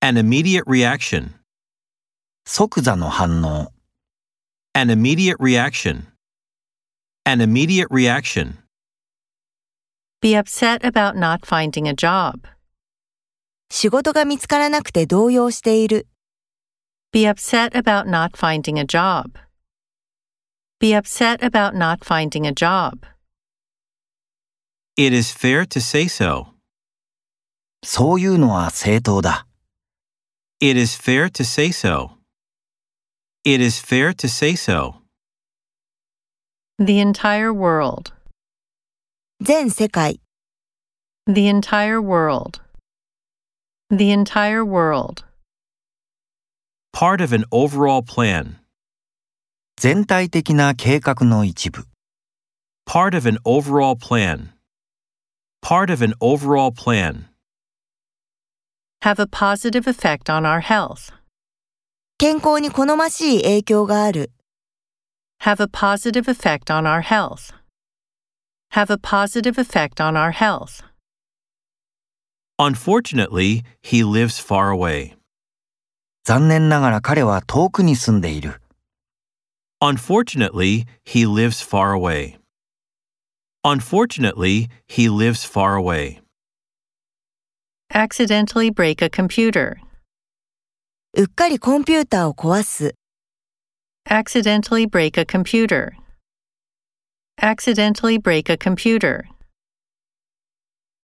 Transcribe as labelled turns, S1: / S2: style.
S1: An immediate reaction.
S2: 即座の反応、
S1: An immediate reaction. An immediate reaction.
S3: Be upset about not finding a job.
S4: 仕事が見つからなくて動揺している。
S3: Be upset about not finding a job. Be upset about not finding a job.
S1: It is fair to say so.
S2: そういうのは正当だ。
S1: It is fair to say so. It is fair to say so.
S3: The entire world.
S4: 全世界、
S3: The entire world. The entire world.
S1: Part of an overall plan.
S2: 全体的な計画の一部、
S1: Part of an overall plan. Part of an overall plan.
S3: Have a positive effect on our health.
S4: 健康に好ましい影響がある。
S3: Have a positive effect on our health. Have a positive effect on our health.
S1: Unfortunately, he lives far away.
S2: 残念ながら彼は遠くに住んでいる。
S1: Unfortunately, he lives far away. Unfortunately, he lives far away.
S3: Accidentally break a computer.
S4: うっかりコンピューターを壊す。
S3: Accidentally break a computer. Accidentally break a computer.